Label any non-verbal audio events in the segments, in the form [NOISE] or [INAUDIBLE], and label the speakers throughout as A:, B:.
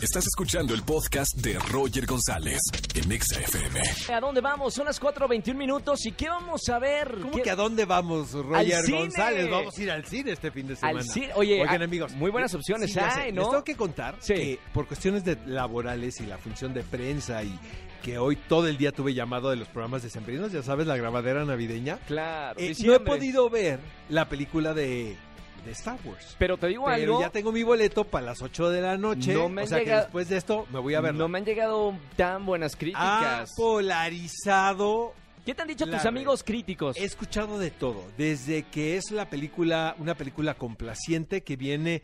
A: Estás escuchando el podcast de Roger González en Exa FM.
B: ¿A dónde vamos? Son las 4.21 minutos y ¿qué vamos a ver?
C: ¿Cómo
B: ¿Qué-
C: que a dónde vamos,
B: ¡Al
C: Roger
B: cine!
C: González? Vamos a ir al cine este fin de semana.
B: Al cine. Oye,
C: Oigan,
B: ah,
C: amigos.
B: muy buenas opciones
C: ya
B: hay,
C: sé.
B: ¿no?
C: Les tengo que contar
B: Sí.
C: que por cuestiones de laborales y la función de prensa y que hoy todo el día tuve llamado de los programas de Sembrinos, ya sabes, la grabadera navideña.
B: Claro,
C: eh, no he
B: diciembre.
C: podido ver la película de, de Star Wars.
B: Pero te digo
C: Pero
B: algo,
C: ya tengo mi boleto para las 8 de la noche.
B: No me
C: o
B: han
C: sea
B: llegado-
C: que después de esto me voy a Ah, ver.
B: no me han llegado tan buenas
C: ha
B: críticas.
C: polarizado
B: ¿Qué te han dicho tus
C: La-
B: amigos críticos?
C: He escuchado de todo, desde que es la película, una película complaciente que viene,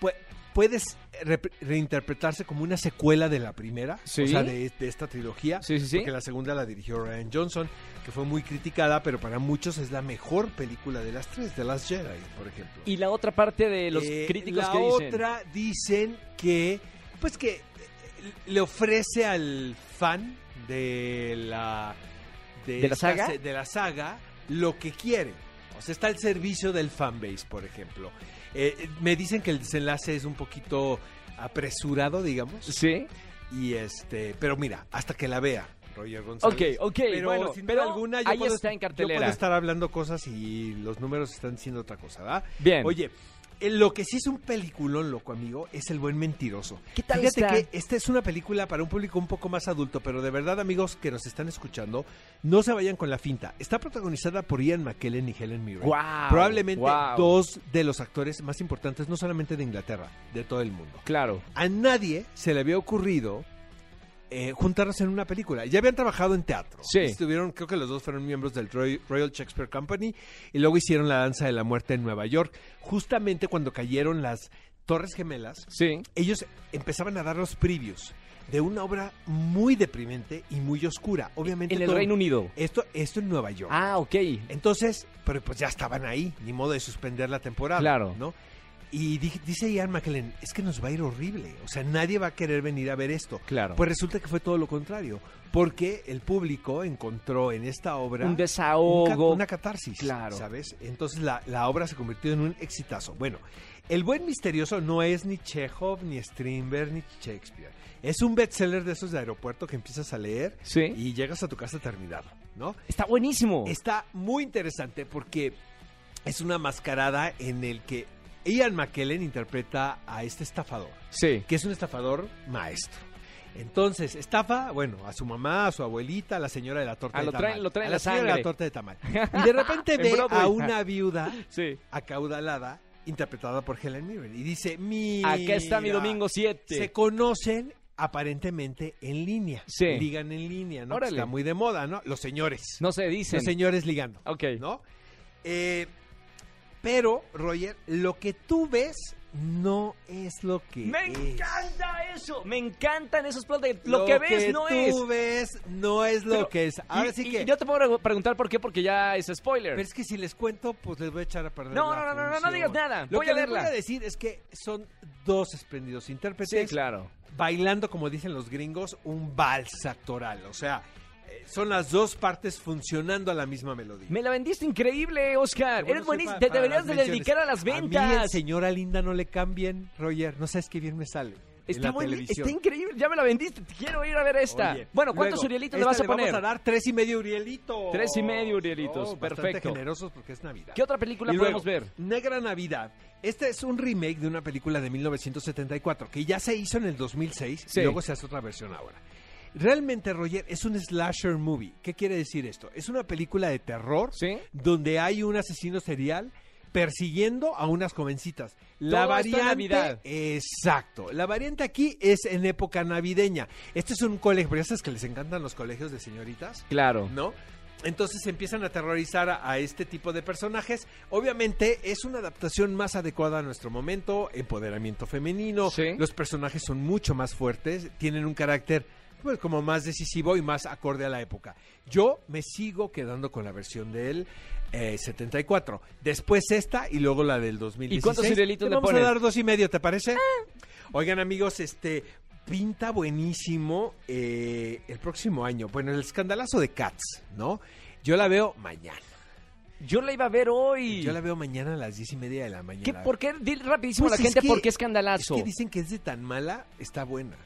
C: pue- puedes re- reinterpretarse como una secuela de la primera,
B: Sí.
C: o sea, de, de esta trilogía,
B: Sí, sí, sí.
C: porque la segunda la dirigió Ryan Johnson, que fue muy criticada, pero para muchos es la mejor película de las tres, de las Jedi, por ejemplo.
B: Y la otra parte de los
C: Eh,
B: críticos
C: la
B: que dicen.
C: otra dicen que, pues que eh, le ofrece al fan de la
B: ¿De la
C: esta
B: saga?
C: se- de la saga lo que quiere. O sea, está al servicio del fanbase, por ejemplo. Eh, eh, me dicen que el desenlace es un poquito apresurado, digamos.
B: Sí.
C: Y este, pero mira, hasta que la vea, Roger
B: Ok,
C: González.
B: ok.
C: Pero
B: bueno,
C: sin duda
B: pero
C: alguna, yo
B: ahí
C: puedo-
B: está en
C: Yo
B: cartelera.
C: puedo estar hablando cosas y los números están diciendo otra cosa, ¿verdad?
B: Bien.
C: Oye, eh, lo que sí es un peliculón, loco amigo, es El Buen Mentiroso.
B: ¿Qué tal
C: Fíjate
B: está?
C: que esta es una película para un público un poco más adulto, pero de verdad, amigos que nos están escuchando, no se vayan con la finta. Está protagonizada por Ian McKellen y Helen Mirren.
B: Guau,
C: Probablemente
B: guau.
C: dos de los actores más importantes, no solamente de Inglaterra, de todo el mundo.
B: Claro.
C: A nadie se le había ocurrido eh, juntarnos en una película. Ya habían trabajado en teatro.
B: Sí.
C: Estuvieron, creo que los dos fueron miembros del Roy- Royal Shakespeare Company y luego hicieron la danza de la muerte en Nueva York. Justamente cuando cayeron las Torres Gemelas,
B: Sí.
C: ellos empezaban a dar los previews de una obra muy deprimente y muy oscura. Obviamente
B: En el
C: todo-
B: Reino Unido.
C: Esto, esto en Nueva York.
B: Ah, ok.
C: eh, Entonces, pero pues ya estaban ahí, ni modo de suspender la temporada.
B: Claro.
C: ¿no? Y di- dice Ian McKellen, es que nos va a ir horrible, o sea, nadie va a querer venir a ver esto.
B: Claro.
C: Pues resulta que fue todo lo contrario, porque el público encontró en esta obra
B: un
C: un ca-
B: desahogo.
C: una catarsis,
B: Claro.
C: ¿sabes? Entonces la, la obra se convirtió en un exitazo. Bueno, El Buen Misterioso no es ni Chekhov, ni Strindberg, ni Shakespeare. Es un bestseller de esos de aeropuerto que empiezas a leer
B: Sí.
C: y llegas a tu casa terminado, ¿no?
B: Está buenísimo.
C: Está muy interesante porque es una mascarada en el que Ian McKellen interpreta a este estafador,
B: Sí.
C: que es un estafador maestro. Entonces, estafa, bueno, a su mamá, a su abuelita, a la señora de la torta
B: Ah,
C: de
B: lo
C: tamal.
B: traen- lo traen
C: a
B: en
C: la
B: la
C: señora de
B: sangre.
C: la torta
B: [LAUGHS]
C: de tamal. Y de repente
B: En
C: ve a
B: Broadway.
C: una viuda
B: Sí.
C: acaudalada interpretada por Helen Mirren y dice, mira,
B: Acá está mi domingo 7.
C: Se conocen aparentemente en línea.
B: Sí.
C: Ligan en línea, ¿no? Que
B: Órale.
C: Está muy de moda, ¿no? Los señores.
B: No se dicen.
C: Los señores ligando.
B: Ok.
C: ¿no? Eh, pero, Roger, lo que tú ves no es lo que
B: Me
C: es.
B: encanta eso. Me encantan esos platos. de- Lo, que ves no es.
C: tú ves no es lo
B: Pero-
C: que es. Ahora
B: Y-
C: sí
B: y
C: que...
B: yo te puedo pre- preguntar por qué, porque ya es spoiler.
C: Pero es que si les cuento, pues les voy a echar a perder
B: No,
C: la
B: no, no, no, no, no
C: función.
B: digas nada.
C: Lo
B: Voy
C: que
B: a
C: les
B: verla.
C: voy a decir es que son dos espléndidos
B: sí,
C: intérpretes
B: claro.
C: bailando, como dicen los gringos, un vals actoral. O sea, eh, son las dos partes funcionando a la misma melodía.
B: Me la vendiste increíble, Oscar.
C: Qué bueno
B: Eres
C: soy
B: buenísimo.
C: pa-
B: Te
C: para
B: deberías
C: las
B: de
C: menciones.
B: dedicar a las
C: A mí
B: ventas.
C: el señora linda no le cambien, Roger. No sabes qué bien me sale. en
B: Está,
C: la
B: buen-
C: televisión.
B: está increíble. Ya me la vendiste. Te quiero ir a ver esta.
C: Oye,
B: bueno, ¿cuántos
C: luego,
B: Urielitos le
C: esta
B: vas a poner?
C: Vamos a dar tres y medio Urielitos.
B: Tres y medio Urielitos,
C: Oh, bastante
B: perfecto.
C: generosos porque es Navidad.
B: ¿Qué otra película
C: Y
B: podemos
C: luego,
B: ver?
C: Negra Navidad. Este es un remake de una película de 1974 que ya se hizo en el 2006
B: Sí.
C: y luego se hace otra versión ahora. Realmente, Roger, es un slasher movie. ¿Qué quiere decir esto? Es una película de terror
B: ¿Sí?
C: donde hay un asesino serial persiguiendo a unas jovencitas. La
B: Todo esto en
C: variante,
B: Navidad.
C: exacto. La variante aquí es en época navideña. Este es un colegio, pero ya sabes que les encantan los colegios de señoritas,
B: Claro.
C: ¿no? Entonces empiezan a aterrorizar a, a este tipo de personajes. Obviamente es una adaptación más adecuada a nuestro momento, empoderamiento femenino.
B: Sí.
C: Los personajes son mucho más fuertes, tienen un carácter pues, como más decisivo y más acorde a la época. Yo me sigo quedando con la versión del eh, 74. Después esta y luego la del 2016.
B: cuántos ciruelitos le
C: vamos
B: pones? Ah.
C: a dar dos y medio, ¿te parece? Oigan amigos, este pinta buenísimo eh, el próximo año. Bueno, el escandalazo de Cats, ¿no? Yo la veo mañana.
B: Yo la iba a ver hoy.
C: Yo la veo mañana a las diez y media de la mañana.
B: ¿Qué, ¿Por qué? Dile rapidísimo
C: Pues
B: a la gente
C: que-
B: por qué escandalazo.
C: Es que dicen que es de tan mala, está buena.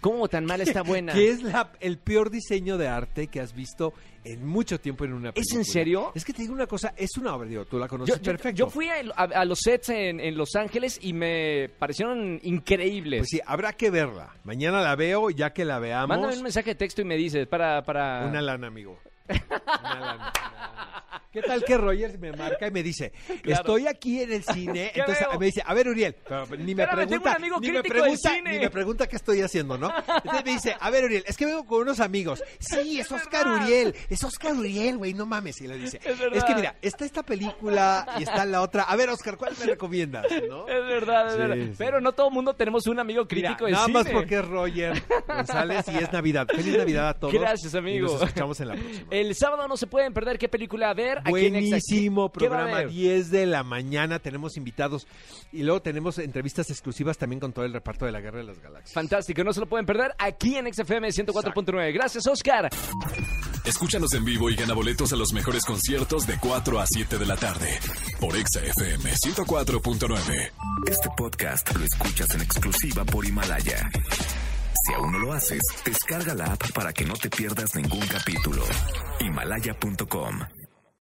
B: ¿Cómo tan mala
C: [LAUGHS]
B: está buena?
C: Que es la- el peor diseño de arte que has visto en mucho tiempo en una película.
B: en serio?
C: Es que te digo una cosa, es una obra, digo, tú la
B: Yo,
C: conoces
B: yo-
C: perfecto.
B: yo fui a, a- a los sets en, en Los Ángeles y me parecieron increíbles.
C: Pues sí, habrá que verla. Mañana la veo, ya que la veamos.
B: Mándame un mensaje de texto y me dices para... para...
C: Una lana, amigo. Una lana, una lana. ¿Qué tal que Rogers me marca y me dice, estoy aquí en el cine?
B: [LAUGHS] ¿Qué
C: Entonces
B: veo?
C: me dice, a ver, Uriel, pero ni me
B: Espérame, tengo
C: pregunta,
B: un amigo
C: ni, me
B: crítico del
C: pregunta
B: cine.
C: ni me pregunta qué estoy haciendo, ¿no? Entonces me dice, a ver, Uriel, es que vengo con unos amigos.
B: [LAUGHS]
C: Sí, es, Oscar
B: verdad.
C: Uriel, es Oscar Uriel, güey, no mames. Y le dice,
B: Es
C: es,
B: verdad.
C: que mira, está esta película y está la otra. A ver, Oscar, ¿cuál me recomiendas? ¿No?
B: Es verdad, es
C: Sí,
B: verdad.
C: sí.
B: Pero no todo el mundo tenemos un amigo crítico
C: Mira,
B: de
C: nada más
B: cine.
C: porque es Roger González y es Navidad. Feliz Navidad a todos.
B: Gracias,
C: Y
B: amigo.
C: nos escuchamos en la próxima.
B: [LAUGHS] El sábado no se pueden perder qué película ver. aquí en Exa.
C: Buenísimo
B: ¿Qué va a
C: programa,
B: haber?
C: 10 de la mañana, tenemos invitados y luego tenemos entrevistas exclusivas también con todo el reparto de la Guerra de las Galaxias.
B: Fantástico, no se lo pueden perder aquí en XFM 104.9. Gracias, Oscar.
A: Escúchanos en vivo y gana boletos a los mejores conciertos de 4 a 7 de la tarde por Exa FM 104.9.
D: Este podcast lo escuchas en exclusiva por Himalaya. Si aún no lo haces, descarga la app para que no te pierdas ningún capítulo. Himalaya.com